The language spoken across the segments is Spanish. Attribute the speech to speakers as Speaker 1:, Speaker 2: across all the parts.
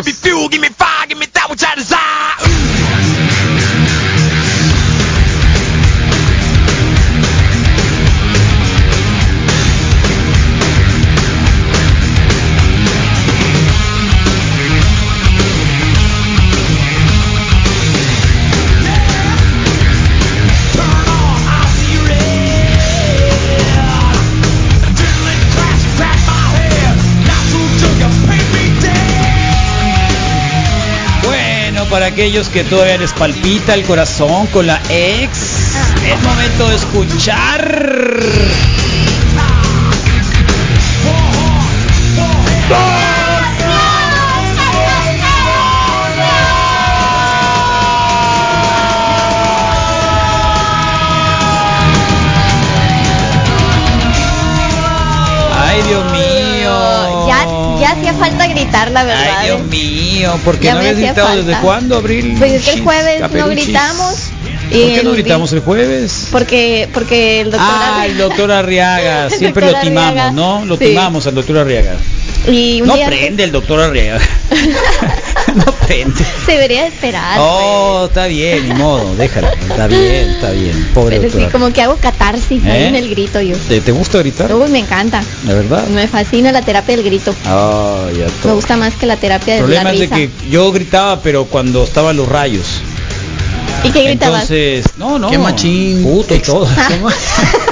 Speaker 1: fuel, give me fire, give me that which I desire. Ooh. Turn on, I see red. Adrenaline crash, crash my head. Not too till you paint me dead.
Speaker 2: Bueno, para aquellos que todavía les palpita el corazón con la ex,
Speaker 3: Ah.
Speaker 2: es momento de escuchar. Ay, Dios mío.
Speaker 3: Ya, ya hacía falta gritar, la verdad. ¿eh?
Speaker 2: Ay, Dios mío, ¿por qué
Speaker 3: Ya
Speaker 2: no
Speaker 3: me
Speaker 2: habías
Speaker 3: hacía
Speaker 2: gritado
Speaker 3: falta.
Speaker 2: desde cuándo, Abril?
Speaker 3: Pues es que el
Speaker 2: Chis,
Speaker 3: jueves no
Speaker 2: caperuchis.
Speaker 3: gritamos.
Speaker 2: ¿Por qué no gritamos el jueves?
Speaker 3: Porque, porque el doctor...
Speaker 2: Ah, el doctor Arriaga,
Speaker 3: El
Speaker 2: siempre
Speaker 3: doctor
Speaker 2: lo timamos,
Speaker 3: Arriaga,
Speaker 2: ¿no? Lo
Speaker 3: sí.
Speaker 2: timamos al doctor Arriaga.
Speaker 3: Y un
Speaker 2: No
Speaker 3: día
Speaker 2: prende el doctor Arriaga. no prende.
Speaker 3: se debería esperar.
Speaker 2: Oh, está bien, ni modo, déjala. Está bien, está bien. Pobre
Speaker 3: pues.
Speaker 2: doctor
Speaker 3: Pero sí, como que hago catarsis ahí
Speaker 2: ¿Eh?
Speaker 3: en el grito yo.
Speaker 2: ¿Te, te gusta gritar?
Speaker 3: Uy, me encanta.
Speaker 2: ¿La verdad?
Speaker 3: Me fascina la terapia del grito.
Speaker 2: Ah, ya
Speaker 3: Me
Speaker 2: todo.
Speaker 3: gusta más que la terapia
Speaker 2: El
Speaker 3: de la
Speaker 2: problema es de
Speaker 3: risa.
Speaker 2: que yo gritaba, pero cuando estaban los rayos.
Speaker 3: ¿Y qué gritabas?
Speaker 2: Entonces, no, no.
Speaker 4: Qué machín.
Speaker 2: Puto,
Speaker 4: Ex-
Speaker 2: todo.
Speaker 4: ¿Cómo-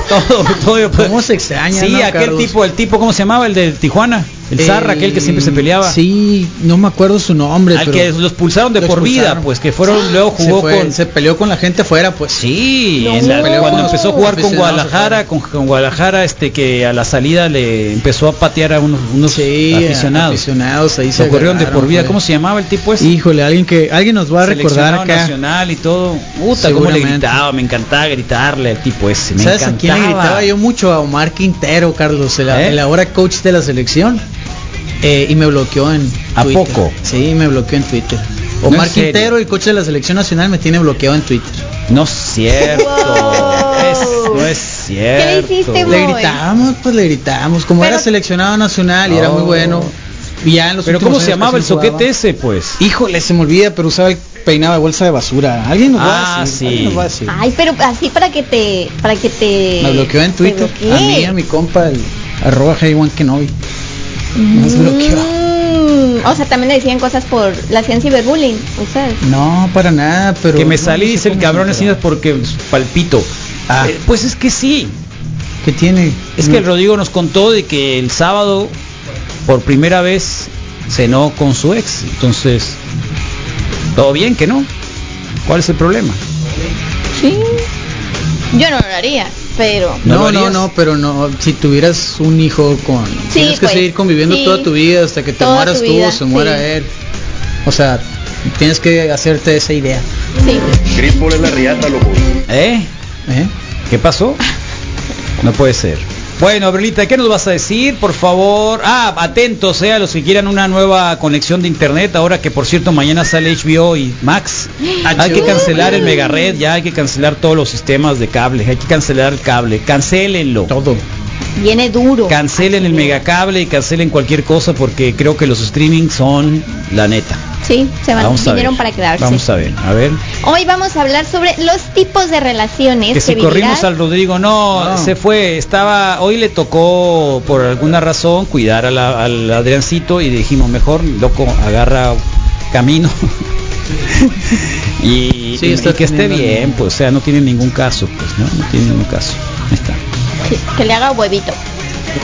Speaker 2: todo, todo. pues.
Speaker 4: ¿Cómo se extraña,
Speaker 2: Sí,
Speaker 4: no,
Speaker 2: aquel
Speaker 4: Carlos?
Speaker 2: tipo, el tipo, ¿cómo se llamaba? El de Tijuana. El Zarra, aquel que siempre se peleaba.
Speaker 4: Eh, Sí, no me acuerdo su nombre,
Speaker 2: Al
Speaker 4: pero
Speaker 2: que los pulsaron de
Speaker 4: Lo
Speaker 2: por vida,
Speaker 4: expulsaron.
Speaker 2: pues que fueron, luego
Speaker 4: se,
Speaker 2: jugó
Speaker 4: fue-
Speaker 2: con...
Speaker 4: se peleó con la gente afuera, pues.
Speaker 2: Sí,
Speaker 3: No.
Speaker 2: en la-
Speaker 3: Se peleó
Speaker 2: cuando
Speaker 3: con los
Speaker 2: empezó a jugar con
Speaker 4: aficionados
Speaker 2: Guadalajara,
Speaker 4: afuera.
Speaker 2: con, con Guadalajara, este que a la salida le empezó a patear a unos, unos
Speaker 4: Sí,
Speaker 2: aficionados.
Speaker 4: aficionados ahí
Speaker 2: Se corrieron de
Speaker 4: agarraron,
Speaker 2: por vida.
Speaker 4: fue.
Speaker 2: ¿Cómo se llamaba el tipo ese?
Speaker 4: Híjole, alguien que alguien nos va a recordar
Speaker 2: Seleccionado
Speaker 4: acá.
Speaker 2: nacional y todo. Puta, cómo le
Speaker 4: Seguramente.
Speaker 2: gritaba, me eritaba gritarle al tipo ese, me
Speaker 4: ¿Sabes
Speaker 2: encantaba.
Speaker 4: a quién le gritaba yo mucho? A Omar Quintero, Carlos, el,
Speaker 2: ¿Eh?
Speaker 4: el ahora coach de la selección. Eh, y me bloqueó en
Speaker 2: ¿A
Speaker 4: Twitter.
Speaker 2: poco?
Speaker 4: Sí, me bloqueó en Twitter.
Speaker 2: No,
Speaker 4: Omar
Speaker 2: en serio.
Speaker 4: Quintero, el coach de la selección nacional, me tiene bloqueado en Twitter.
Speaker 2: No es cierto.
Speaker 3: Wow.
Speaker 2: Es- no es cierto.
Speaker 3: le hiciste,
Speaker 4: Le
Speaker 3: Ay.
Speaker 4: gritábamos, pues le gritábamos. Como
Speaker 3: Pero-
Speaker 4: era seleccionado nacional y era muy
Speaker 2: Oh.
Speaker 4: bueno. Y ya en los
Speaker 2: Pero
Speaker 4: últimos
Speaker 2: ¿cómo se
Speaker 4: años
Speaker 2: llamaba el
Speaker 4: casi no
Speaker 2: soquete
Speaker 4: jugaba.
Speaker 2: ese, pues?
Speaker 4: Híjole, se me olvida, pero usaba el peinado de bolsa de basura. Alguien nos va
Speaker 2: Ah,
Speaker 4: a decir.
Speaker 2: sí.
Speaker 4: alguien nos va a decir.
Speaker 3: Ay, pero así para que te... Para que te...
Speaker 4: Me bloqueó en
Speaker 3: te
Speaker 4: Twitter.
Speaker 3: bloquee.
Speaker 4: A mí, a mi compa, el arroba G1 Kenobi. Nos bloqueó.
Speaker 3: Mm, O sea, también le decían cosas por... La hacían ciberbullying, ustedes.
Speaker 4: No, para nada, pero.
Speaker 2: que me
Speaker 4: no,
Speaker 2: salí,
Speaker 4: no sé
Speaker 2: dice el
Speaker 4: cómo
Speaker 2: cabrón
Speaker 4: se
Speaker 2: así
Speaker 4: enteró.
Speaker 2: porque palpito.
Speaker 4: Ah.
Speaker 2: Eh, pues es que sí.
Speaker 4: ¿Qué tiene?
Speaker 2: Es que el Rodrigo nos contó de que el sábado, por primera vez, cenó con su ex. Entonces, todo bien que no. ¿Cuál es el problema?
Speaker 3: Sí. Yo no lo haría, pero...
Speaker 2: ¿No lo
Speaker 4: No, no,
Speaker 2: harías?
Speaker 4: no, pero no. Si tuvieras un hijo con. tienes que
Speaker 3: pues,
Speaker 4: seguir conviviendo
Speaker 3: sí.
Speaker 4: toda tu vida hasta que te
Speaker 3: Toda
Speaker 4: mueras
Speaker 3: tu
Speaker 4: tú
Speaker 3: vida,
Speaker 4: o se muera
Speaker 3: sí.
Speaker 4: él. O sea, tienes que hacerte esa idea.
Speaker 3: Sí.
Speaker 5: Gripol es la riata, loco.
Speaker 2: ¿Eh?
Speaker 4: ¿eh?
Speaker 2: ¿Qué pasó? No puede ser. Bueno, Abrilita, ¿qué nos vas a decir? Por favor. Ah, atentos, eh, a los que quieran una nueva conexión de internet. Ahora que, por cierto, mañana sale HBO y Max. Hay que cancelar el mega red, ya hay que cancelar todos los sistemas de cable. Hay que cancelar el cable. Cancélenlo.
Speaker 4: Todo.
Speaker 3: Viene duro.
Speaker 2: Cancelen el megacable y cancelen cualquier cosa porque creo que los streaming son la neta.
Speaker 3: Sí, se van.
Speaker 2: Vamos a ver.
Speaker 3: Vinieron para quedarse.
Speaker 2: Vamos a ver, a ver.
Speaker 3: Hoy vamos a hablar sobre los tipos de relaciones
Speaker 2: que si
Speaker 3: vivirás.
Speaker 2: corrimos al Rodrigo, no,
Speaker 4: No.
Speaker 2: se fue, estaba, hoy le tocó por alguna razón cuidar a la- al Adriancito y dijimos, mejor, loco, agarra camino. y,
Speaker 4: Sí,
Speaker 2: y-
Speaker 4: está
Speaker 2: y que esté
Speaker 4: teniendo
Speaker 2: bien,
Speaker 4: ningún-
Speaker 2: pues, o sea, no tiene ningún caso, pues, ¿no? No tiene ningún caso. Ahí está.
Speaker 3: Sí, que le haga huevito.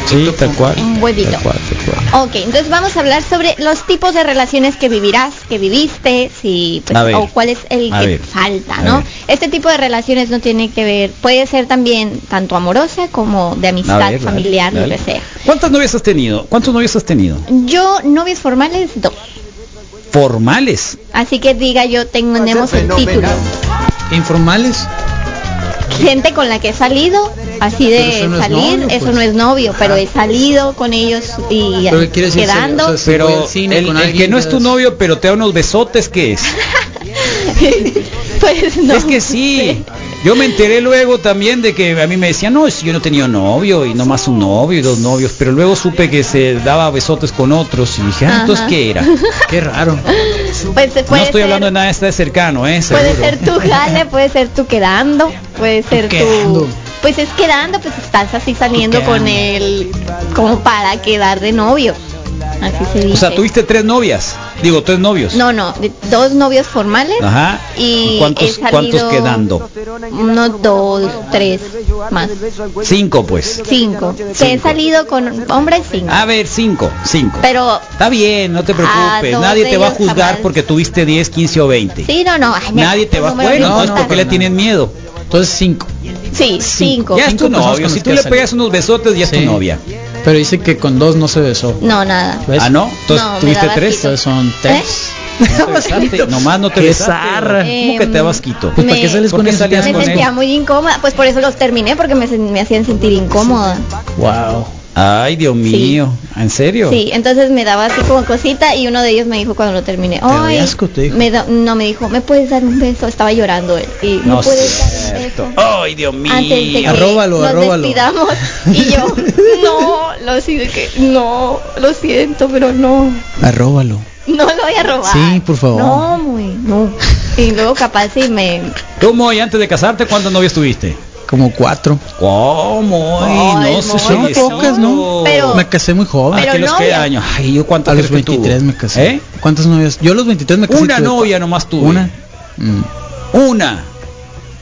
Speaker 2: Sí, tal cual.
Speaker 3: Un huevito.
Speaker 2: Tal cual, tal cual.
Speaker 3: Ok, entonces vamos a hablar sobre los tipos de relaciones que vivirás, que viviste, si pues,
Speaker 2: A ver.
Speaker 3: o cuál es el
Speaker 2: A
Speaker 3: que
Speaker 2: ver.
Speaker 3: falta,
Speaker 2: A
Speaker 3: ¿no?
Speaker 2: ver.
Speaker 3: Este tipo de relaciones no tiene que ver, puede ser también tanto amorosa como de amistad,
Speaker 2: A ver, dale,
Speaker 3: familiar, lo
Speaker 2: dale.
Speaker 3: que sea.
Speaker 2: ¿Cuántas novias has tenido? ¿Cuántos novias has tenido?
Speaker 3: Yo novios formales dos,
Speaker 2: Formales.
Speaker 3: así que diga yo tengo tenemos el título.
Speaker 4: Informales.
Speaker 3: Gente con la que he salido, así
Speaker 4: Pero
Speaker 3: de
Speaker 4: eso no es
Speaker 3: salir,
Speaker 4: novio,
Speaker 3: eso
Speaker 4: pues.
Speaker 3: no es novio, pero he salido con ellos y
Speaker 4: Pero quiere decir
Speaker 3: quedando.
Speaker 4: serio, o sea, Si voy
Speaker 2: pero
Speaker 4: al cine
Speaker 2: el,
Speaker 4: con
Speaker 2: el
Speaker 4: alguien,
Speaker 2: que no es tu
Speaker 4: pues-
Speaker 2: novio, pero te da unos besotes, ¿qué es?
Speaker 3: pues no.
Speaker 2: Es que sí. Yo me enteré luego también de que a mí me decían, no, si yo no tenía novio y nomás un novio y dos novios, pero luego supe que se daba besotes con otros y dije, ah, entonces
Speaker 3: Ajá.
Speaker 2: qué era. Qué raro.
Speaker 3: Pues puede
Speaker 2: No estoy
Speaker 3: ser,
Speaker 2: hablando de nada, está de cercano, ¿eh?
Speaker 3: Puede
Speaker 2: Seguro.
Speaker 3: ser tu jale, puede ser tú quedando, puede ser
Speaker 4: quedando.
Speaker 3: tu... Pues es quedando, pues estás así saliendo
Speaker 4: Tú
Speaker 3: con
Speaker 4: quedando.
Speaker 3: él como para quedar de novio. Así se dice.
Speaker 2: O sea, tuviste tres novias, digo, tres novios.
Speaker 3: No, no, de- dos novios formales.
Speaker 2: Ajá.
Speaker 3: Y
Speaker 2: ¿Cuántos,
Speaker 3: he salido-
Speaker 2: cuántos quedando?
Speaker 3: Unos dos, tres más.
Speaker 2: Cinco, pues.
Speaker 3: Cinco. Que he
Speaker 2: Cinco.
Speaker 3: salido con hombres cinco.
Speaker 2: A ver, cinco, cinco.
Speaker 3: Pero
Speaker 2: Está bien, no te preocupes.
Speaker 3: dos
Speaker 2: Nadie
Speaker 3: de
Speaker 2: te va a
Speaker 3: ellos
Speaker 2: juzgar
Speaker 3: jamás.
Speaker 2: porque tuviste 10, 15 o 20.
Speaker 3: sí, no, no. ay, me-
Speaker 2: Nadie te
Speaker 3: esos
Speaker 2: va a
Speaker 3: números
Speaker 2: juzgar.
Speaker 4: no
Speaker 2: No,
Speaker 4: me
Speaker 2: no,
Speaker 3: importan.
Speaker 2: ¿Por qué le
Speaker 4: no.
Speaker 2: tienen miedo?
Speaker 4: Entonces cinco.
Speaker 3: Sí, cinco.
Speaker 2: Ya es
Speaker 4: Cinco
Speaker 2: tu
Speaker 4: personas
Speaker 2: novio.
Speaker 4: con
Speaker 2: Si
Speaker 4: las
Speaker 2: tú
Speaker 4: que
Speaker 2: le
Speaker 4: has
Speaker 2: pegas unos besotes, ya es tu
Speaker 4: Sí.
Speaker 2: novia.
Speaker 4: Pero dice que con dos no se besó.
Speaker 3: No, nada.
Speaker 4: ¿Ves?
Speaker 2: Ah, ¿no? Entonces
Speaker 3: No, me
Speaker 2: tuviste
Speaker 3: daba
Speaker 2: tres.
Speaker 3: asquito.
Speaker 4: Entonces son tres.
Speaker 2: No te besaste, Nomás no te
Speaker 4: Qué
Speaker 2: besaste.
Speaker 4: zarra.
Speaker 2: ¿Cómo que te
Speaker 3: Em,
Speaker 2: vas quito?
Speaker 4: Pues para
Speaker 3: Me-
Speaker 4: qué sales
Speaker 2: ¿Por
Speaker 4: con
Speaker 2: qué
Speaker 4: él si te
Speaker 2: salías
Speaker 3: Me
Speaker 4: das
Speaker 2: con él?
Speaker 3: sentía muy incómoda, pues por eso los terminé, porque me, sen- me hacían sentir incómoda.
Speaker 4: Wow.
Speaker 2: Ay, Dios mío. ¿En serio?
Speaker 3: Sí, entonces me daba así como cosita y uno de ellos me dijo cuando lo terminé,
Speaker 4: doy
Speaker 3: "Ay,
Speaker 4: asco", te dijo.
Speaker 3: me da- no me dijo, me puedes dar un beso, estaba llorando él y no,
Speaker 2: No es
Speaker 3: puedes dar un
Speaker 2: cierto.
Speaker 3: beso.
Speaker 2: Ay, Dios mío.
Speaker 3: Antes de que
Speaker 4: Arróbalo,
Speaker 3: nos
Speaker 4: arróbalo.
Speaker 3: despidamos y yo, no, lo siento que no, lo siento, pero no,
Speaker 4: Arróbalo.
Speaker 3: no lo voy a robar.
Speaker 4: Sí, por favor.
Speaker 3: No, muy, no. Y luego capaz si me
Speaker 2: ¿Tú, Moy, antes de casarte, cuántos novios tuviste?
Speaker 4: Como cuatro.
Speaker 2: ¿Cómo?
Speaker 3: Ay,
Speaker 2: no sé.
Speaker 3: Moy,
Speaker 4: Son pocas, ¿no?
Speaker 3: Pero-
Speaker 4: Me casé muy joven.
Speaker 3: Pero
Speaker 2: ¿A Ah, qué los qué
Speaker 3: novia.
Speaker 2: años? Ay, ¿yo cuántos
Speaker 4: a los
Speaker 2: crees que tuvo?
Speaker 4: 23 me casé.
Speaker 2: ¿Eh?
Speaker 4: ¿Cuántos novios? Yo a los 23 me casé.
Speaker 2: Una
Speaker 4: tuve
Speaker 2: novia nomás
Speaker 4: cua-
Speaker 2: tuve.
Speaker 4: Una. Mm.
Speaker 2: Una.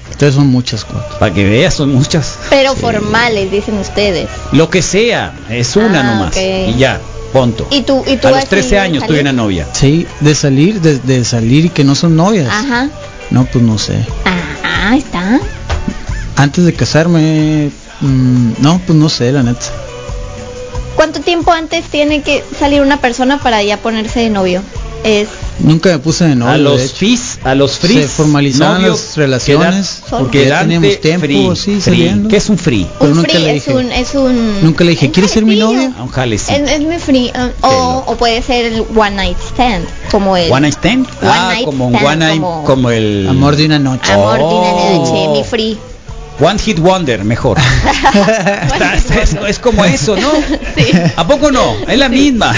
Speaker 4: Entonces son muchas cuatro.
Speaker 2: Para que veas, son muchas.
Speaker 3: pero formales dicen ustedes.
Speaker 2: Lo que sea, es una
Speaker 3: Ah,
Speaker 2: nomás.
Speaker 3: ok.
Speaker 2: Y ya, punto.
Speaker 3: Y tú y tú
Speaker 2: a los
Speaker 3: así
Speaker 2: 13
Speaker 3: de
Speaker 2: años tuve
Speaker 3: salir?
Speaker 2: una novia.
Speaker 4: Sí, de salir, de, de salir y que no son novias.
Speaker 3: Ajá.
Speaker 4: No, pues no sé.
Speaker 3: Ajá, está.
Speaker 4: Antes de casarme, mm, no, pues no sé, la neta.
Speaker 3: ¿Cuánto tiempo antes tiene que salir una persona para ya ponerse de novio? Es
Speaker 4: Nunca me puse de novio.
Speaker 2: a
Speaker 4: de
Speaker 2: los
Speaker 4: hecho.
Speaker 2: fis, a los fris.
Speaker 4: Se formalizaban
Speaker 2: novio,
Speaker 4: las relaciones,
Speaker 2: queda-
Speaker 4: porque ya
Speaker 2: quedante,
Speaker 4: teníamos tiempo,
Speaker 2: free,
Speaker 4: sí,
Speaker 2: free.
Speaker 4: saliendo.
Speaker 2: ¿Qué es un free?
Speaker 4: Pero
Speaker 3: un
Speaker 4: nunca
Speaker 3: free,
Speaker 4: le
Speaker 3: es
Speaker 4: dije.
Speaker 3: un es un
Speaker 4: Nunca le dije,
Speaker 3: un
Speaker 4: ¿quieres ser mi
Speaker 3: jalecillo.
Speaker 4: novia?
Speaker 2: A un jalecito.
Speaker 3: Es, es mi free um, o,
Speaker 2: Pero-
Speaker 3: o puede ser el one night stand como el
Speaker 2: One night stand.
Speaker 3: One
Speaker 2: ah,
Speaker 3: night
Speaker 2: como un
Speaker 3: stand,
Speaker 2: one night,
Speaker 3: como-
Speaker 2: como, el
Speaker 4: Amor de una noche.
Speaker 3: amor de
Speaker 2: Oh.
Speaker 3: una noche, mi free.
Speaker 2: One hit wonder, mejor. Está- está- es, es como eso, ¿no?
Speaker 3: Sí.
Speaker 2: ¿A poco no? Es la misma.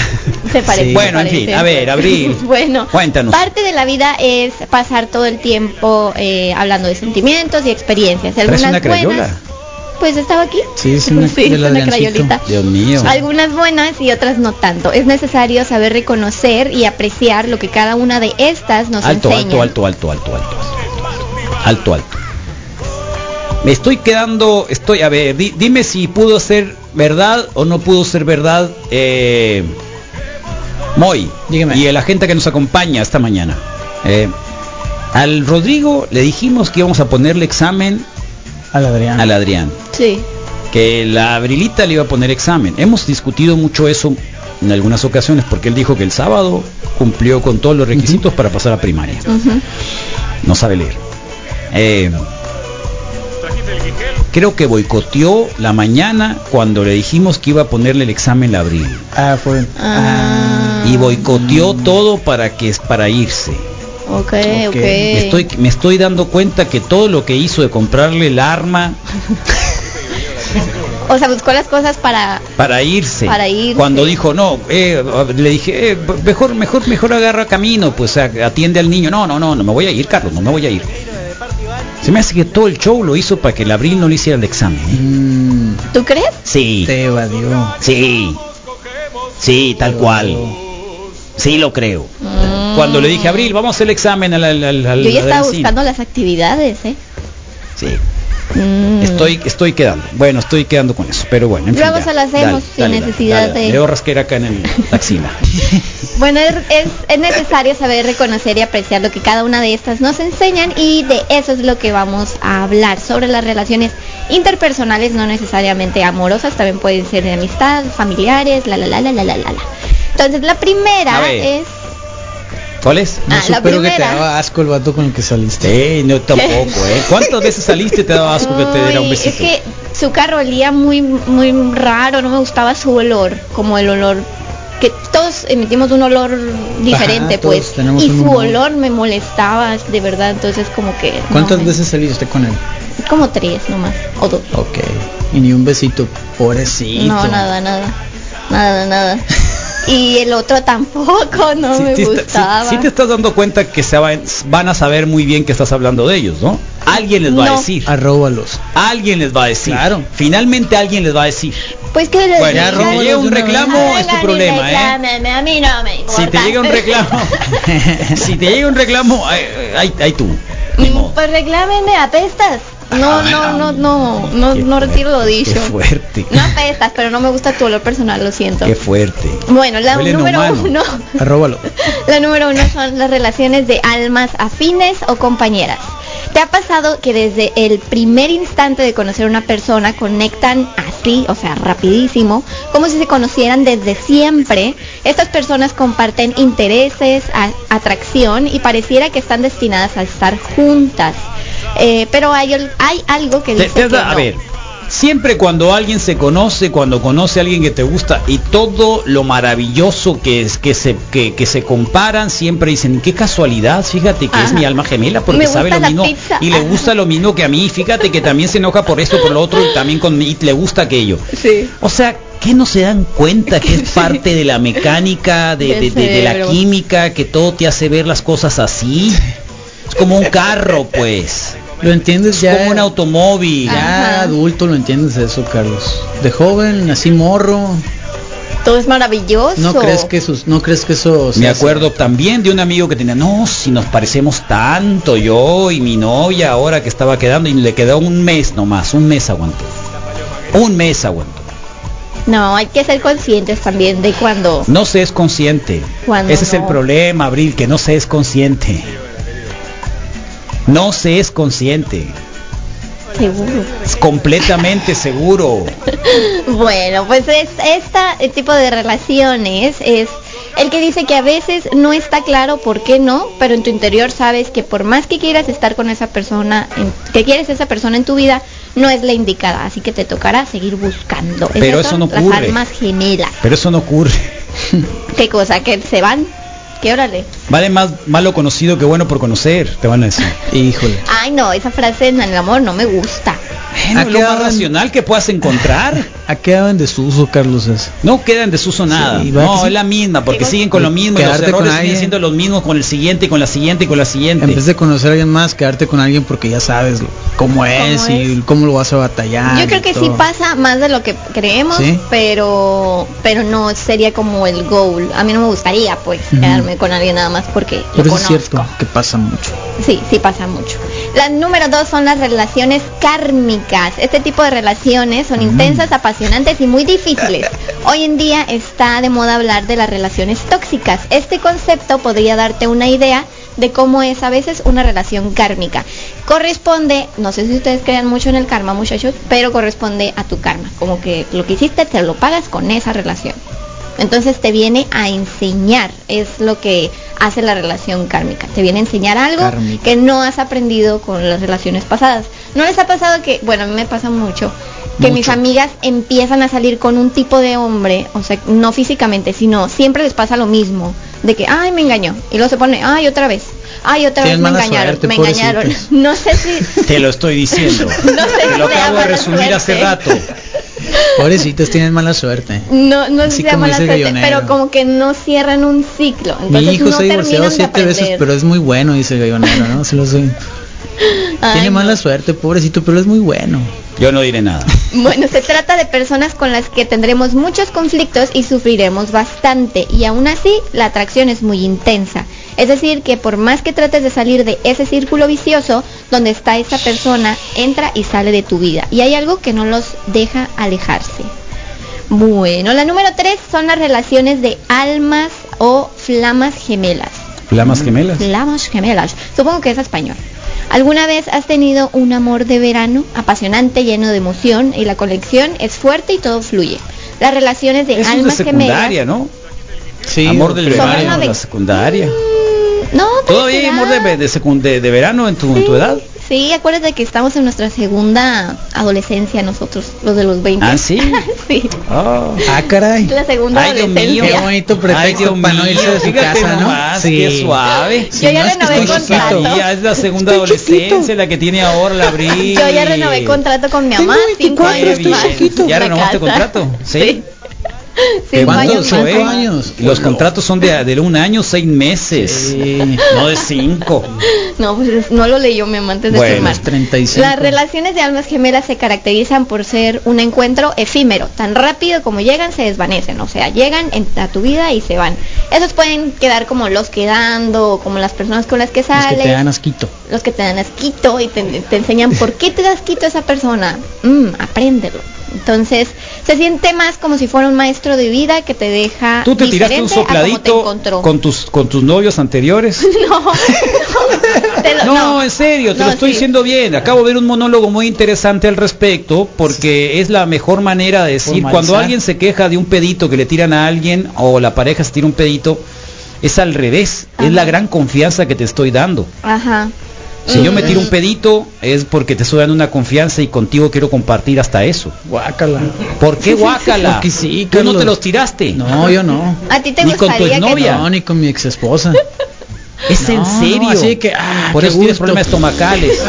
Speaker 3: Se parece.
Speaker 2: Sí.
Speaker 3: se
Speaker 2: Bueno, en
Speaker 3: parece.
Speaker 2: fin, a ver, Abril,
Speaker 3: bueno,
Speaker 2: cuéntanos.
Speaker 3: Parte de la vida es pasar todo el tiempo eh, hablando de sentimientos y experiencias.
Speaker 2: ¿Traes
Speaker 3: Algunas
Speaker 2: una
Speaker 3: buenas.
Speaker 2: crayola?
Speaker 3: Pues estaba aquí.
Speaker 4: Sí, es una-
Speaker 3: Sí,
Speaker 4: de
Speaker 3: es
Speaker 4: la de
Speaker 3: una
Speaker 4: Gansito.
Speaker 3: crayolita.
Speaker 2: Dios mío.
Speaker 3: Algunas buenas y otras no tanto. Es necesario saber reconocer y apreciar lo que cada una de estas nos
Speaker 2: alto,
Speaker 3: enseña.
Speaker 2: alto, alto, alto, alto, alto, alto, alto, alto. Me estoy quedando, estoy, a ver, di- dime si pudo ser verdad o no pudo ser verdad, eh, Moy,
Speaker 4: Dígame.
Speaker 2: y la gente que nos acompaña esta mañana. Eh, al Rodrigo le dijimos que íbamos a ponerle examen
Speaker 4: A la Adriana.
Speaker 2: al Adrián,
Speaker 3: Sí.
Speaker 2: que la Abrilita le iba a poner examen. Hemos discutido mucho eso en algunas ocasiones porque él dijo que el sábado cumplió con todos los requisitos para pasar a primaria
Speaker 3: Ujú.
Speaker 2: no sabe leer. Eh, creo que boicoteó la mañana cuando le dijimos que iba a ponerle el examen a abril.
Speaker 4: Ah, fue.
Speaker 3: Ah,
Speaker 2: Y boicoteó todo para que es para irse.
Speaker 3: ok, ok.
Speaker 4: Ok.
Speaker 2: Me estoy, me estoy dando cuenta que todo lo que hizo de comprarle el arma
Speaker 3: O sea, buscó las cosas para
Speaker 2: para irse.
Speaker 3: Para irse.
Speaker 2: Cuando dijo no, eh, le dije eh, mejor, mejor, mejor agarra camino, pues a- atiende al niño. No, no, no, no me voy a ir, Carlos, no me voy a ir. Se me hace que todo el show lo hizo para que el abril no le hiciera el examen. ¿eh?
Speaker 4: Mm,
Speaker 3: ¿Tú crees?
Speaker 2: Sí,
Speaker 4: te evadió.
Speaker 2: sí, sí, tal cual. Sí lo creo. Mm. Cuando le dije, Abril, vamos a hacer el examen al, al, al- al-
Speaker 3: Yo ya
Speaker 2: al
Speaker 3: estaba
Speaker 2: cine".
Speaker 3: buscando las actividades, ¿eh?
Speaker 2: Sí,
Speaker 3: Mm.
Speaker 2: estoy, estoy quedando. Bueno, estoy quedando con eso, pero bueno. en fin,
Speaker 3: Luego
Speaker 2: ya.
Speaker 3: se lo hacemos
Speaker 2: Dale,
Speaker 3: sin
Speaker 2: dale,
Speaker 3: necesidad
Speaker 2: dale, dale.
Speaker 3: de-
Speaker 2: Leo Rasquera acá en el taxila.
Speaker 3: Bueno, es, es- es necesario saber reconocer y apreciar lo que cada una de estas nos enseñan y de eso es lo que vamos a hablar, sobre las relaciones interpersonales, no necesariamente amorosas, también pueden ser de amistad, familiares, la la la la la la la. la. Entonces la
Speaker 2: A
Speaker 3: primera
Speaker 2: ver.
Speaker 3: es...
Speaker 2: ¿Cuál es?
Speaker 4: No
Speaker 3: Ah, la
Speaker 4: supero que te
Speaker 3: primera.
Speaker 4: daba asco el vato con el que saliste.
Speaker 2: Sí, no tampoco, ¿eh? ¿Cuántas veces saliste y te daba asco que te diera un
Speaker 3: Ay,
Speaker 2: besito?
Speaker 3: Es que su carro olía muy, muy raro, no me gustaba su olor, como el olor que todos emitimos un olor diferente,
Speaker 4: Ajá, todos
Speaker 3: pues.
Speaker 4: tenemos
Speaker 3: Y
Speaker 4: un
Speaker 3: su
Speaker 4: humor.
Speaker 3: olor me molestaba, de verdad, entonces como que... no
Speaker 4: ¿Cuántas
Speaker 3: me-
Speaker 4: veces saliste con él?
Speaker 3: como tres nomás, o dos.
Speaker 4: Ok. Y ni un besito, pobrecito.
Speaker 3: No, nada, nada. Nada, nada. Y el otro tampoco, no
Speaker 2: Si
Speaker 3: me
Speaker 2: te, está-
Speaker 3: gustaba.
Speaker 2: si- si te estás dando cuenta que se va- van a saber muy bien que estás hablando de ellos, ¿no? Alguien les va
Speaker 3: No.
Speaker 2: a decir.
Speaker 4: Arróbalos.
Speaker 2: Alguien les va a decir.
Speaker 4: Claro.
Speaker 2: Finalmente alguien les va a decir.
Speaker 3: Pues que les
Speaker 2: Bueno,
Speaker 3: digan,
Speaker 2: ya
Speaker 4: Rómulo,
Speaker 2: llega un
Speaker 4: de una
Speaker 2: reclamo, es tu
Speaker 3: "Háganme,
Speaker 2: problema, ¿eh?
Speaker 3: reclámenme, A mí no me importa.
Speaker 2: Si te llega un reclamo, si te llega un reclamo, ay, ay, ay, tú. Ni
Speaker 3: Mm,
Speaker 2: modo. Ah,
Speaker 3: Pues reclámenme, apestas. No, no, no, no, no,
Speaker 2: Qué
Speaker 3: no retiro lo
Speaker 2: fuerte,
Speaker 3: dicho.
Speaker 2: Qué fuerte.
Speaker 3: No apestas, pero no me gusta tu olor personal, lo siento.
Speaker 2: Qué fuerte.
Speaker 3: Bueno, la
Speaker 2: Huele
Speaker 3: número
Speaker 2: inhumano.
Speaker 3: uno.
Speaker 4: Arróbalo.
Speaker 3: La número uno son las relaciones de almas afines o compañeras. ¿Te ha pasado que desde el primer instante de conocer a una persona conectan así, o sea, rapidísimo, como si se conocieran desde siempre? Estas personas comparten intereses, a- atracción y pareciera que están destinadas a estar juntas. Eh, pero hay, al- hay algo que
Speaker 2: Te-
Speaker 3: dice
Speaker 2: te
Speaker 3: que
Speaker 2: has da- A
Speaker 3: no.
Speaker 2: ver, siempre cuando alguien se conoce, cuando conoce a alguien que te gusta y todo lo maravilloso que es que se que, que se comparan, siempre dicen qué casualidad, fíjate que es
Speaker 3: Ajá.
Speaker 2: mi alma gemela porque
Speaker 3: Me
Speaker 2: sabe
Speaker 3: gusta
Speaker 2: lo
Speaker 3: la
Speaker 2: mismo
Speaker 3: pizza.
Speaker 2: y le gusta lo mismo que a mí, fíjate que también se enoja por esto, por lo otro y también con y le gusta aquello.
Speaker 3: Sí.
Speaker 2: O sea, que no se dan cuenta que es parte de la mecánica, de, de-
Speaker 3: Del
Speaker 2: de- de la
Speaker 3: cerebro.
Speaker 2: química, que todo te hace ver las cosas así? Es como un carro, pues.
Speaker 4: Lo entiendes ya.
Speaker 2: como un automóvil.
Speaker 3: Ah,
Speaker 4: Ya
Speaker 3: Ajá.
Speaker 4: adulto lo entiendes eso, Carlos. De joven, así morro.
Speaker 3: Todo es maravilloso.
Speaker 4: No crees que sus, no crees que eso.
Speaker 2: Me
Speaker 4: sea así?
Speaker 2: acuerdo también de un amigo que tenía, no, si nos parecemos tanto yo y mi novia ahora que estaba quedando y le quedó un mes nomás, un mes aguantó. Un mes aguantó.
Speaker 3: No, hay que ser conscientes también de cuando...
Speaker 2: No se es consciente.
Speaker 3: Cuando
Speaker 2: Ese es el
Speaker 3: no.
Speaker 2: problema, Abril, que no se es consciente. No se es consciente.
Speaker 3: Seguro.
Speaker 2: Es completamente seguro.
Speaker 3: Bueno, pues es este tipo de relaciones es el que dice que a veces no está claro por qué no, pero en tu interior sabes que por más que quieras estar con esa persona, en- que quieres esa persona en tu vida, no es la indicada, así que te tocará seguir buscando. Esas
Speaker 2: Pero eso
Speaker 3: son
Speaker 2: no ocurre.
Speaker 3: Las almas gemelas.
Speaker 2: Pero eso no ocurre.
Speaker 3: ¿Qué cosa? ¿Que se van? ¿Qué órale?
Speaker 2: Vale más malo conocido que bueno por conocer, te van a decir.
Speaker 4: Híjole.
Speaker 3: Ay no, esa frase en el amor no me gusta.
Speaker 2: Bueno,
Speaker 4: Ha
Speaker 2: lo más
Speaker 4: quedado en-
Speaker 2: racional que puedas encontrar.
Speaker 4: Ha quedado en desuso, Carlos. eso.
Speaker 2: No queda en desuso nada.
Speaker 4: Sí, ¿verdad que
Speaker 2: no,
Speaker 4: sí?
Speaker 2: es la misma, porque
Speaker 3: Digo,
Speaker 2: siguen con lo mismo, y los
Speaker 4: quedarte con
Speaker 2: errores siguen
Speaker 4: alguien.
Speaker 2: siendo los mismos con el siguiente, y con la siguiente, y con la siguiente.
Speaker 4: En vez de conocer a alguien más, quedarte con alguien porque ya sabes lo- cómo es y
Speaker 3: es?
Speaker 4: cómo lo vas a batallar.
Speaker 3: Yo creo
Speaker 4: y
Speaker 3: que sí
Speaker 4: todo.
Speaker 3: pasa más de lo que creemos,
Speaker 4: ¿Sí?
Speaker 3: pero pero no sería como el goal. A mí no me gustaría pues
Speaker 4: Ujú.
Speaker 3: quedarme con alguien nada más porque lo
Speaker 4: Pero eso es
Speaker 3: conozco.
Speaker 4: cierto que pasa mucho.
Speaker 3: Sí, sí pasa mucho. Las número dos son las relaciones kármicas. Este tipo de relaciones son intensas, apasionantes y muy difíciles. Hoy en día está de moda hablar de las relaciones tóxicas. Este concepto podría darte una idea de cómo es a veces una relación kármica. Corresponde, no sé si ustedes crean mucho en el karma muchachos, pero corresponde a tu karma. Como que lo que hiciste te lo pagas con esa relación. Entonces te viene a enseñar, es lo que hace la relación kármica. Te viene a enseñar algo
Speaker 4: Kármica.
Speaker 3: que no has aprendido con las relaciones pasadas. ¿No les ha pasado que, bueno, a mí me pasa mucho, que mis amigas empiezan a salir con un tipo de hombre, o sea, no físicamente, sino siempre les pasa lo mismo, de que, ay, me engañó, y luego se pone, ay, otra vez, ay, otra
Speaker 4: Tienen
Speaker 3: vez me
Speaker 4: mala
Speaker 3: engañaron,
Speaker 4: suerte,
Speaker 3: me engañaron.
Speaker 4: pobrecitos.
Speaker 3: No sé si...
Speaker 2: Te lo estoy diciendo.
Speaker 3: No sé
Speaker 2: Te
Speaker 3: si
Speaker 2: lo
Speaker 3: sea
Speaker 2: acabo de
Speaker 3: mala
Speaker 2: resumir hace
Speaker 3: suerte.
Speaker 2: rato.
Speaker 4: Pobrecitos tienen mala suerte.
Speaker 3: No, no sé
Speaker 4: Así
Speaker 3: si sea
Speaker 4: como
Speaker 3: mala
Speaker 4: dice el
Speaker 3: suerte,
Speaker 4: gallonero.
Speaker 3: pero como que no cierran un ciclo. Entonces
Speaker 4: Mi hijo
Speaker 3: no
Speaker 4: se ha divorciado
Speaker 3: terminan de
Speaker 4: siete veces,
Speaker 3: aprender.
Speaker 4: pero es muy bueno, dice el gallonero, ¿no? Se lo soy.
Speaker 3: Ay,
Speaker 4: Tiene
Speaker 3: no.
Speaker 4: mala suerte, pobrecito, pero es muy bueno.
Speaker 2: Yo no diré nada.
Speaker 3: Bueno, se trata de personas con las que tendremos muchos conflictos y sufriremos bastante. Y aún así, la atracción es muy intensa. Es decir, que por más que trates de salir de ese círculo vicioso, donde está esa persona, entra y sale de tu vida. Y hay algo que no los deja alejarse. Bueno, la número tres son las relaciones de almas o flamas gemelas.
Speaker 2: Flamas gemelas.
Speaker 3: Lamas gemelas. Supongo que es español. ¿Alguna vez has tenido un amor de verano apasionante, lleno de emoción y la conexión es fuerte y todo fluye? Las relaciones de
Speaker 2: Eso es de
Speaker 3: almas gemelas.
Speaker 2: secundaria, ¿no?
Speaker 4: Sí,
Speaker 2: amor del
Speaker 3: primaria.
Speaker 2: verano,
Speaker 3: Son
Speaker 2: la
Speaker 3: noven-
Speaker 2: secundaria.
Speaker 3: Mm, No, pero
Speaker 2: Todavía hay
Speaker 3: será-
Speaker 2: amor de, de, secund- de- de verano en tu, en tu
Speaker 3: Sí,
Speaker 2: edad.
Speaker 3: Sí, acuérdate que estamos en nuestra segunda adolescencia nosotros, los de los 20.
Speaker 2: ¿Ah, sí?
Speaker 3: sí.
Speaker 4: Ah, caray.
Speaker 3: La segunda
Speaker 2: Ay, Dios mío.
Speaker 3: adolescencia.
Speaker 4: Qué bonito pretexto
Speaker 2: Ay, Dios
Speaker 4: para no
Speaker 2: mío,
Speaker 4: irse de su
Speaker 2: fíjate
Speaker 4: casa, ¿no?
Speaker 2: nomás, Qué suave.
Speaker 3: Yo ya
Speaker 4: no, es que
Speaker 3: renové
Speaker 4: estoy chiquito.
Speaker 3: contrato.
Speaker 2: Ya es la segunda
Speaker 4: Estoy
Speaker 2: adolescencia
Speaker 4: chiquito.
Speaker 2: la que tiene ahora la abril.
Speaker 3: Yo ya renové contrato con mi
Speaker 4: Tengo
Speaker 3: mamá, cinco
Speaker 4: 24,
Speaker 3: años
Speaker 4: estoy
Speaker 3: más.
Speaker 4: chiquito.
Speaker 2: ¿Ya
Speaker 3: Me
Speaker 2: renovaste
Speaker 3: casa.
Speaker 2: contrato? Sí.
Speaker 3: Cinco
Speaker 4: ¿Cuánto?
Speaker 3: años
Speaker 4: ¿Cinco
Speaker 3: más.
Speaker 2: eh?
Speaker 4: años?
Speaker 2: Los contratos son de, de un año, seis meses.
Speaker 4: Sí.
Speaker 2: No de cinco.
Speaker 3: No, pues no lo leyó mi amante antes de
Speaker 2: Bueno,
Speaker 3: firmar.
Speaker 4: 35.
Speaker 3: Las relaciones de almas gemelas se caracterizan por ser un encuentro efímero. Tan rápido como llegan, se desvanecen. O sea, llegan en- a tu vida y se van. Esos pueden quedar como los quedando, o como las personas con las que
Speaker 4: Los que
Speaker 3: sales.
Speaker 4: te dan asquito.
Speaker 3: los que te dan asquito y te, te enseñan por qué te das quito a esa persona. Mm, apréndelo. Entonces, se siente más como si fuera un maestro de vida que te deja
Speaker 2: Tú te tiraste un
Speaker 3: diferente a como te
Speaker 2: sopladito
Speaker 3: encontró.
Speaker 2: con tus con tus novios anteriores.
Speaker 3: No, no, te lo-
Speaker 2: No,
Speaker 3: no.
Speaker 2: en serio, te
Speaker 3: No,
Speaker 2: lo estoy
Speaker 3: sí.
Speaker 2: diciendo bien. Acabo de ver un monólogo muy interesante al respecto porque es la mejor manera de decir
Speaker 4: Formalizar.
Speaker 2: cuando alguien se queja de un pedito que le tiran a alguien o la pareja se tira un pedito es al revés, es la
Speaker 3: Ajá.
Speaker 2: gran confianza que te estoy dando.
Speaker 3: Ajá.
Speaker 2: Si yo me
Speaker 3: Mm.
Speaker 2: tiro un pedito es porque te estoy dando una confianza y contigo quiero compartir hasta eso.
Speaker 4: Guácala.
Speaker 2: ¿Por qué guácala?
Speaker 4: Porque sí,
Speaker 2: Tú no
Speaker 4: Carlos.
Speaker 2: te los tiraste.
Speaker 4: No, yo no.
Speaker 3: ¿A ti te
Speaker 2: Ni con tu
Speaker 3: gustaría que
Speaker 2: exnovia.
Speaker 4: No, ni con mi ex esposa.
Speaker 2: Es en
Speaker 4: No,
Speaker 2: serio.
Speaker 4: no, así que, ah,
Speaker 2: Por
Speaker 4: qué
Speaker 2: eso tienes
Speaker 4: gusto.
Speaker 2: problemas estomacales.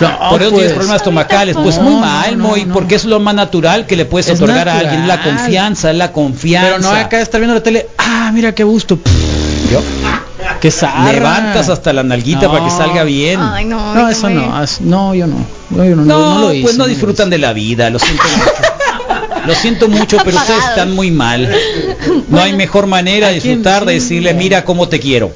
Speaker 4: No,
Speaker 2: Por eso tienes
Speaker 4: pues.
Speaker 2: problemas estomacales. Pues
Speaker 4: No,
Speaker 2: muy
Speaker 4: no,
Speaker 2: mal,
Speaker 4: no,
Speaker 2: muy,
Speaker 4: no.
Speaker 2: porque es lo más natural que le puedes
Speaker 4: Es
Speaker 2: otorgar a alguien. La
Speaker 4: natural.
Speaker 2: confianza, la confianza.
Speaker 4: Pero no acá de estar viendo la tele. Ah, mira qué gusto.
Speaker 2: Yo-
Speaker 4: Qué zarra.
Speaker 2: Levantas hasta la nalguita
Speaker 4: No.
Speaker 2: para que salga bien.
Speaker 3: Ay, no.
Speaker 4: No,
Speaker 3: yo
Speaker 4: eso
Speaker 3: me-
Speaker 4: no. as- No, yo no. No, yo no,
Speaker 2: no,
Speaker 4: no, no lo hice.
Speaker 2: pues no disfrutan de la vida. Lo siento mucho. Lo siento mucho, pero ustedes
Speaker 3: Apagados.
Speaker 2: están muy mal. No hay mejor manera de
Speaker 4: ¿a quién
Speaker 2: disfrutar de
Speaker 4: sí?
Speaker 2: decirle, mira cómo te quiero.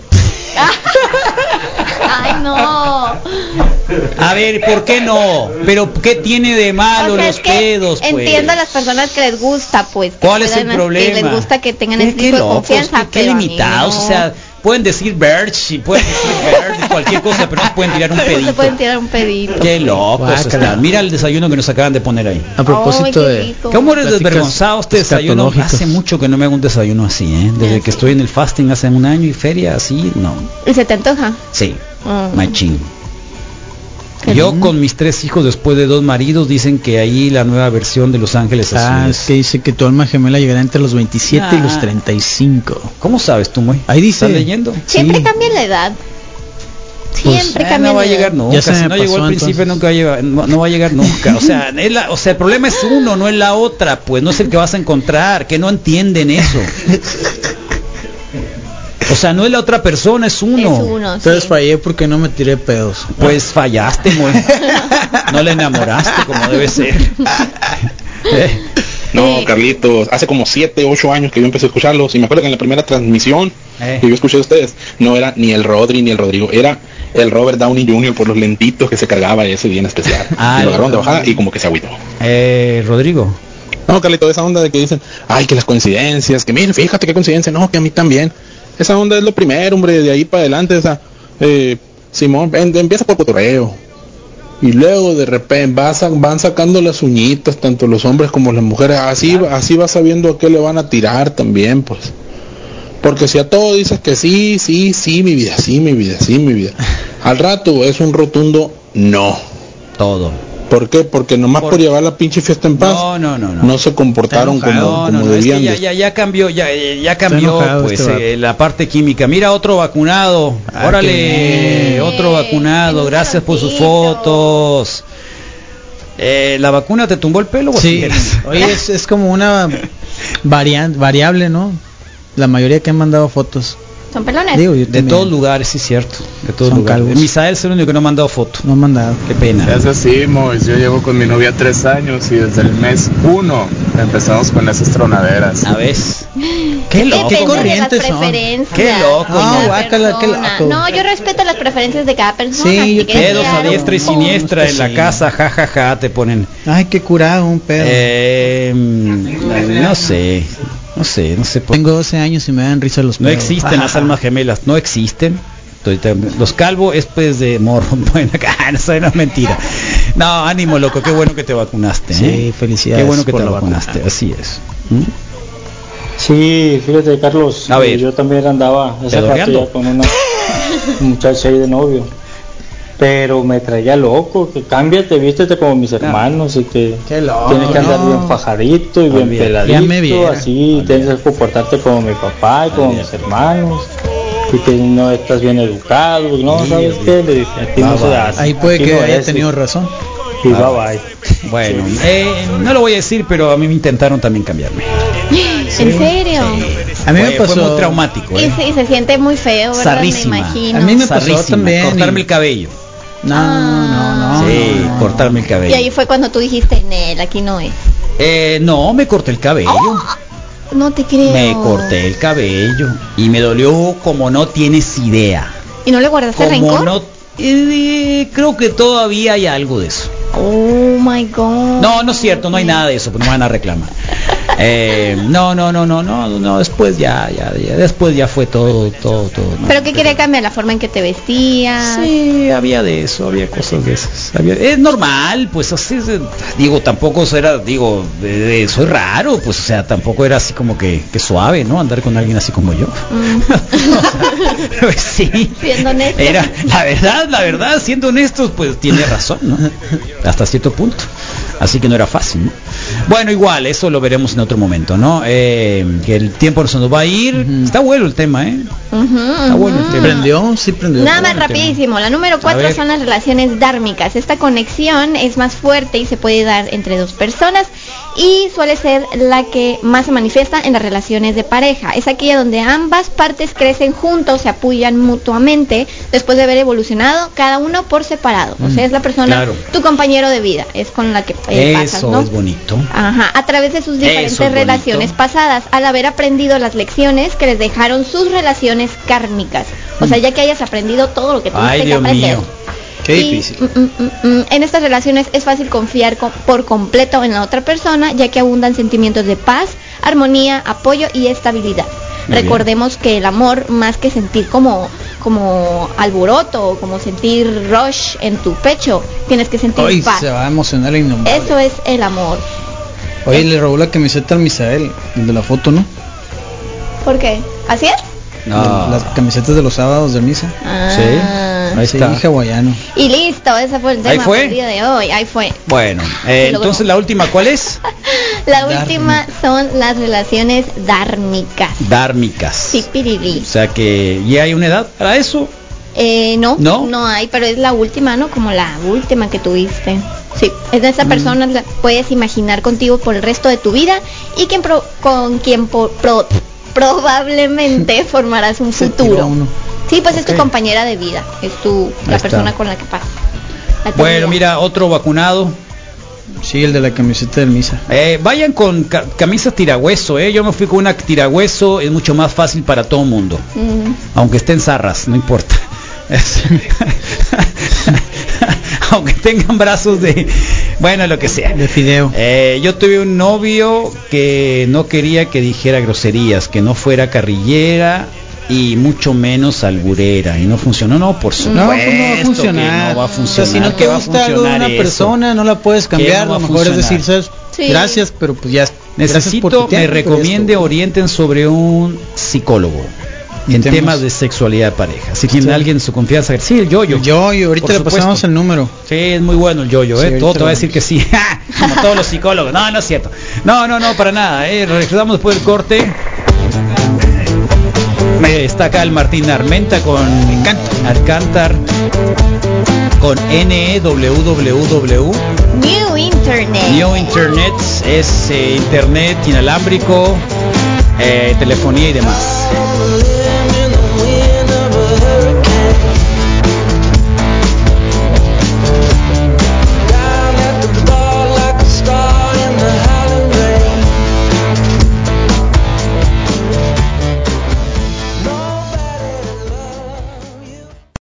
Speaker 3: Ay, no.
Speaker 2: A ver, ¿por qué no? Pero ¿qué tiene de malo
Speaker 3: O sea,
Speaker 2: los
Speaker 3: es que
Speaker 2: pedos? Pues?
Speaker 3: Entiendo a las personas que les gusta, pues. que
Speaker 2: ¿Cuál es el
Speaker 3: puedan-
Speaker 2: problema?
Speaker 3: Que les gusta que tengan
Speaker 2: Qué-
Speaker 3: ese
Speaker 2: qué
Speaker 3: tipo de
Speaker 2: locos,
Speaker 3: confianza.
Speaker 2: qué- qué
Speaker 3: pero a mí
Speaker 2: limitados,
Speaker 3: no.
Speaker 2: o sea, pueden decir Birch y pueden decir Bird y cualquier cosa, pero no pueden tirar un
Speaker 3: No se
Speaker 2: pedito.
Speaker 3: pueden tirar un pedito.
Speaker 2: Qué locos
Speaker 4: Guácala.
Speaker 2: están. Mira el desayuno que nos acaban de poner ahí.
Speaker 4: A propósito
Speaker 3: Ay, qué
Speaker 4: de.
Speaker 3: rico.
Speaker 2: ¿Cómo eres
Speaker 4: Pláticas
Speaker 2: desvergonzado este desayuno?
Speaker 4: escatológicas.
Speaker 2: Hace mucho que no me hago un desayuno así, ¿eh? Desde que estoy en el fasting hace un año y feria, así, no.
Speaker 3: ¿Y se te antoja?
Speaker 2: Sí,
Speaker 3: Mm.
Speaker 2: machín.
Speaker 3: Qué
Speaker 2: Yo
Speaker 4: lindo.
Speaker 2: con mis tres hijos después de dos maridos dicen que ahí la nueva versión de Los Ángeles
Speaker 4: Ah,
Speaker 2: Azules.
Speaker 4: es que dice que tu alma gemela llegará entre los 27 y los
Speaker 2: Ah.
Speaker 4: 35.
Speaker 2: ¿Cómo sabes tú, muy?
Speaker 4: Ahí dice.
Speaker 2: ¿Estás leyendo?
Speaker 3: Siempre
Speaker 4: Sí.
Speaker 3: cambia la edad. Siempre
Speaker 2: Eh,
Speaker 3: cambia
Speaker 2: no va a
Speaker 3: la edad.
Speaker 2: llegar nunca.
Speaker 4: Ya se
Speaker 2: si
Speaker 4: me
Speaker 2: no llegó
Speaker 4: pasó,
Speaker 2: al principio
Speaker 4: entonces.
Speaker 2: nunca va a llegar, no, no va a llegar nunca. O sea, es la- o sea, el problema es uno, no es la otra, pues no es el que vas a encontrar, que no entienden eso. O sea, no es la otra persona, es uno.
Speaker 3: Es uno,
Speaker 4: Entonces
Speaker 3: sí.
Speaker 4: fallé porque no me tiré pedos.
Speaker 2: Pues fallaste, muy. No la enamoraste como debe ser. Eh,
Speaker 5: No,
Speaker 3: Sí.
Speaker 5: Carlitos, hace como 7, 8 años que yo empecé a escucharlos y me acuerdo que en la primera transmisión
Speaker 2: Eh.
Speaker 5: que yo escuché de ustedes no era ni el Rodri ni el Rodrigo, era el Robert Downey Jr. por los lentitos que se cargaba ese día en especial.
Speaker 2: Ah,
Speaker 5: y lo agarraron de
Speaker 2: el-
Speaker 5: bajada y como que se agüitó.
Speaker 2: eh, Rodrigo.
Speaker 5: No, Carlitos, esa onda de que dicen, ay, que las coincidencias, que mire, fíjate qué coincidencia, no, que a mí también. Esa onda es lo primero, hombre, de ahí para adelante, esa, eh, Simón, ven, empieza por cotorreo. Y luego de repente vas a- van sacando las uñitas, tanto los hombres como las mujeres, así, así vas sabiendo a qué le van a tirar también, pues. Porque si a todo dices que sí, sí, sí, mi vida, sí, mi vida, sí, mi vida. Al rato es un rotundo no.
Speaker 2: Todo.
Speaker 5: ¿Por qué? Porque nomás por,
Speaker 2: Por-
Speaker 5: llevar la pinche fiesta en paz
Speaker 2: No, no, no, no.
Speaker 5: no se comportaron
Speaker 2: Está enojado.
Speaker 5: como, como
Speaker 2: No, no, no, es que
Speaker 5: debían.
Speaker 2: ya,
Speaker 5: de-
Speaker 2: ya, ya cambió, ya, eh, ya cambió
Speaker 4: enojado
Speaker 2: pues
Speaker 4: este vato.
Speaker 2: eh, la parte química. Mira otro vacunado.
Speaker 4: Ah, qué
Speaker 2: Órale,
Speaker 4: bien.
Speaker 2: otro vacunado.
Speaker 3: Sí,
Speaker 2: Gracias por sus
Speaker 3: saludito.
Speaker 2: fotos. Eh, ¿La vacuna te tumbó el pelo? o
Speaker 4: Sí,
Speaker 2: quieres?
Speaker 4: oye, es, es como una varian- variable, ¿no? La mayoría que han mandado fotos.
Speaker 3: Son pelones.
Speaker 4: Digo, yo
Speaker 2: De
Speaker 4: también.
Speaker 2: todos lugares, sí, cierto. De todos
Speaker 4: Son
Speaker 2: lugares.
Speaker 4: calvos.
Speaker 2: Misael es el único que no ha mandado foto.
Speaker 4: No han mandado.
Speaker 2: Qué pena.
Speaker 6: Es así, Mois. Yo llevo con mi novia tres años y desde el mes uno empezamos con esas tronaderas.
Speaker 2: A ver. Qué
Speaker 3: Depende
Speaker 2: loco.
Speaker 3: de las
Speaker 4: corrientes son.
Speaker 3: preferencias
Speaker 2: Qué loco,
Speaker 3: de cada
Speaker 2: no, ah,
Speaker 4: guácala, qué
Speaker 3: persona.
Speaker 4: loco.
Speaker 3: No, yo respeto las preferencias de cada persona.
Speaker 4: Sí,
Speaker 3: si
Speaker 4: yo
Speaker 3: quieres
Speaker 2: Dedos a
Speaker 3: crear un
Speaker 2: diestra y
Speaker 3: combo.
Speaker 2: siniestra en la
Speaker 4: Sí.
Speaker 2: casa, jajaja, te ponen.
Speaker 4: Ay, qué curado, un pedo.
Speaker 2: Eh, mm, no sé, no sé, no sé por
Speaker 4: Tengo 12 años y me dan risa los
Speaker 2: No
Speaker 4: pedos.
Speaker 2: existen las almas gemelas, no existen. Estoy tam- Los calvos es pues de morro. Bueno, ah, no, eso no es mentira. No, ánimo loco, qué bueno que te vacunaste. ¿eh?
Speaker 4: Sí, felicidades
Speaker 2: Qué bueno que
Speaker 4: por
Speaker 2: te
Speaker 4: la
Speaker 2: vacunaste,
Speaker 4: vacuna.
Speaker 2: así es. ¿Mm?
Speaker 7: Sí, fíjate Carlos,
Speaker 2: A ver.
Speaker 7: yo también andaba hace rato
Speaker 2: ¿Pedorreando?
Speaker 7: ya con una muchacha ahí de novio. Pero me traía loco, que cámbiate, vístete como
Speaker 2: Ah.
Speaker 7: mis hermanos y que
Speaker 4: Qué loco,
Speaker 7: tienes que andar
Speaker 4: no.
Speaker 7: bien fajadito y bien
Speaker 4: Olvídate,
Speaker 7: peladito,
Speaker 4: ya me viera.
Speaker 7: así tienes que comportarte como mi papá y como mis hermanos y que no estás bien educado, no, ¿sabes qué? Le dije, a ti no se hace,
Speaker 4: Ahí puede
Speaker 7: aquí
Speaker 4: que
Speaker 7: no
Speaker 2: ¿eh?
Speaker 4: haya
Speaker 7: es,
Speaker 4: tenido razón.
Speaker 7: y bye bye.
Speaker 2: Bueno, eh, no lo voy a decir, pero a mí me intentaron también cambiarme.
Speaker 3: ¿En serio?
Speaker 4: A mí me
Speaker 2: Fue- Fue
Speaker 4: pasó.
Speaker 2: muy traumático,
Speaker 3: Y,
Speaker 2: eh.
Speaker 3: sí, se siente muy feo, ¿verdad?
Speaker 2: Zarrísima.
Speaker 3: Me imagino.
Speaker 4: A mí me pasó
Speaker 2: Zarrísima,
Speaker 4: también,
Speaker 2: Cortarme
Speaker 4: y- Ah.
Speaker 2: el cabello.
Speaker 4: No, no, no. no,
Speaker 2: sí,
Speaker 4: no, no.
Speaker 2: cortarme el
Speaker 3: Y
Speaker 2: cabello.
Speaker 3: ahí fue cuando tú dijiste, Nel, aquí no es. ¡Oh!
Speaker 2: Eh, no, me corté el cabello.
Speaker 3: No te creo.
Speaker 2: Me corté el cabello. Y me dolió como no tienes idea.
Speaker 3: ¿Y no le guardaste
Speaker 2: Como
Speaker 3: rencor?
Speaker 2: no... eh, creo que todavía hay algo de eso.
Speaker 3: Oh my god.
Speaker 2: No, no es cierto, no hay nada de eso, pues no me van a reclamar. Eh, no, no, no, no, no, no, después ya, ya, ya, después ya fue todo, todo, todo. no.
Speaker 3: ¿Pero qué quería cambiar? ¿La forma en que te vestías?
Speaker 2: Sí, había de eso, había cosas de esas. había- es normal, pues así, es, eh, digo, tampoco era, digo, de- de- soy raro, pues o sea, tampoco era así como que, que suave, ¿no? Andar con alguien así como yo.
Speaker 3: Mm.
Speaker 2: Pues sí.
Speaker 3: Siendo honesto.
Speaker 2: Era, la verdad, la verdad, siendo honestos, pues tiene razón, ¿no? Hasta cierto punto. Así que no era fácil, ¿no? Bueno, igual, eso lo veremos en otro momento, ¿no? Eh, que el tiempo se nos va a ir.
Speaker 4: Ujú.
Speaker 2: Está bueno el tema, ¿eh?
Speaker 3: Ujú,
Speaker 2: Está bueno el
Speaker 3: ujú.
Speaker 2: tema.
Speaker 4: Ah, ¿Prendió? Sí, prendió.
Speaker 3: Nada más
Speaker 4: Bueno, que-
Speaker 3: rapidísimo. La número cuatro
Speaker 2: ver.
Speaker 3: son las relaciones dármicas. Esta conexión es más fuerte y se puede dar entre dos personas y suele ser la que más se manifiesta en las relaciones de pareja. Es aquella donde ambas partes crecen juntos, se apoyan mutuamente después de haber evolucionado cada uno por separado. O sea, es la persona,
Speaker 2: Mm, claro.
Speaker 3: tu compañero de vida, es con la que eh, pasas,
Speaker 2: eso
Speaker 3: ¿no?
Speaker 2: es bonito.
Speaker 3: Ajá, a través de sus diferentes
Speaker 2: Eso es bonito.
Speaker 3: relaciones pasadas, al haber aprendido las lecciones que les dejaron sus relaciones kármicas. O sea, ya que hayas aprendido todo lo que tuviste
Speaker 2: Mm. Ay,
Speaker 3: que
Speaker 2: Dios
Speaker 3: aprender.
Speaker 2: mío.
Speaker 4: Qué
Speaker 3: Y,
Speaker 4: difícil.
Speaker 3: mm, mm, mm, mm, en estas relaciones es fácil confiar co- por completo en la otra persona, ya que abundan sentimientos de paz, armonía, apoyo y estabilidad.
Speaker 2: Muy bien.
Speaker 3: Recordemos que el amor, más que sentir como, como alboroto, o como sentir rush en tu pecho, tienes que sentir
Speaker 4: Hoy
Speaker 3: paz.
Speaker 4: se va a emocionar la innombrable.
Speaker 3: Eso es el amor.
Speaker 4: Oye, le robó la camiseta al Misael, el de la foto, ¿no?
Speaker 3: ¿Por qué? ¿Así es?
Speaker 2: No.
Speaker 4: Las camisetas de los sábados de misa.
Speaker 3: Ah.
Speaker 2: Ahí
Speaker 4: sí,
Speaker 2: está.
Speaker 4: hawaiano.
Speaker 3: Y listo, ese fue el
Speaker 2: Ahí
Speaker 3: tema
Speaker 2: fue.
Speaker 3: del día de hoy. Ahí fue.
Speaker 2: Bueno, eh,
Speaker 3: Se logró.
Speaker 2: entonces la última, ¿cuál es?
Speaker 3: La
Speaker 4: Dármica.
Speaker 3: última son las relaciones dármicas.
Speaker 2: Dármicas.
Speaker 3: Sí, piriri.
Speaker 2: O sea que ya hay una edad para eso.
Speaker 3: Eh, no,
Speaker 2: ¿No?
Speaker 3: no, hay, pero es la última, ¿no? Como la última que tuviste. Sí, es de
Speaker 2: Mm.
Speaker 3: esa persona la puedes imaginar contigo por el resto de tu vida y quien pro- con quien por- pro- probablemente formarás un
Speaker 4: Se tiró
Speaker 3: futuro.
Speaker 4: uno.
Speaker 3: Sí, pues es tu
Speaker 2: Ok.
Speaker 3: compañera de vida, es tu
Speaker 2: Ahí
Speaker 3: la
Speaker 2: está.
Speaker 3: persona con la que pasas. la tu
Speaker 2: Bueno,
Speaker 3: vida.
Speaker 2: mira, otro vacunado.
Speaker 4: Sí, el de la camiseta del misa.
Speaker 2: Eh, vayan con ca- camisas tirahueso, ¿eh? Yo me fui con una tirahueso, es mucho más fácil para todo mundo.
Speaker 3: Mm.
Speaker 2: Aunque estén zarras, no importa. Es- Aunque tengan brazos de... Bueno, lo que sea.
Speaker 4: De fideo.
Speaker 2: Eh, yo tuve un novio que no quería que dijera groserías, que no fuera carrillera y mucho menos alburera. Y no funcionó, no, por supuesto.
Speaker 4: No, pues no va a
Speaker 2: que
Speaker 4: funcionar.
Speaker 2: no va a
Speaker 4: O sea,
Speaker 2: funcionar.
Speaker 4: si no
Speaker 2: ¿Qué
Speaker 4: te
Speaker 2: va a
Speaker 4: gusta algo de
Speaker 2: funcionar
Speaker 4: una
Speaker 2: eso?
Speaker 4: persona, no la puedes cambiar.
Speaker 2: no va
Speaker 4: lo
Speaker 2: a
Speaker 4: mejor es
Speaker 2: funcionar?
Speaker 4: decir, ¿sabes?
Speaker 3: Sí.
Speaker 4: Gracias, pero pues ya. gracias por tu
Speaker 2: Necesito, me
Speaker 4: tiempo, pero ya
Speaker 2: recomiende,
Speaker 4: estuvo.
Speaker 2: orienten sobre un psicólogo.
Speaker 4: Y
Speaker 2: En
Speaker 4: temas-
Speaker 2: temas de sexualidad de pareja. Si tienen
Speaker 4: Sí.
Speaker 2: alguien en su confianza, sí, el yo-yo.
Speaker 4: Yo, y
Speaker 2: Por
Speaker 4: ahorita le
Speaker 2: supuesto.
Speaker 4: pasamos el número.
Speaker 2: Sí, es muy bueno el yoyo,
Speaker 4: Sí,
Speaker 2: ¿eh?
Speaker 4: ahorita
Speaker 2: Todo te va a
Speaker 4: lo
Speaker 2: decir
Speaker 4: vemos.
Speaker 2: que sí. ¡Ja! Como todos los psicólogos. No, no es cierto. No, no, no, para nada. ¿eh? Regresamos después del corte. Eh, Está acá el Martín Armenta con Can- Alcántar con E NEWWW.
Speaker 3: New Internet.
Speaker 2: New Internet es eh, internet inalámbrico, eh, telefonía y demás.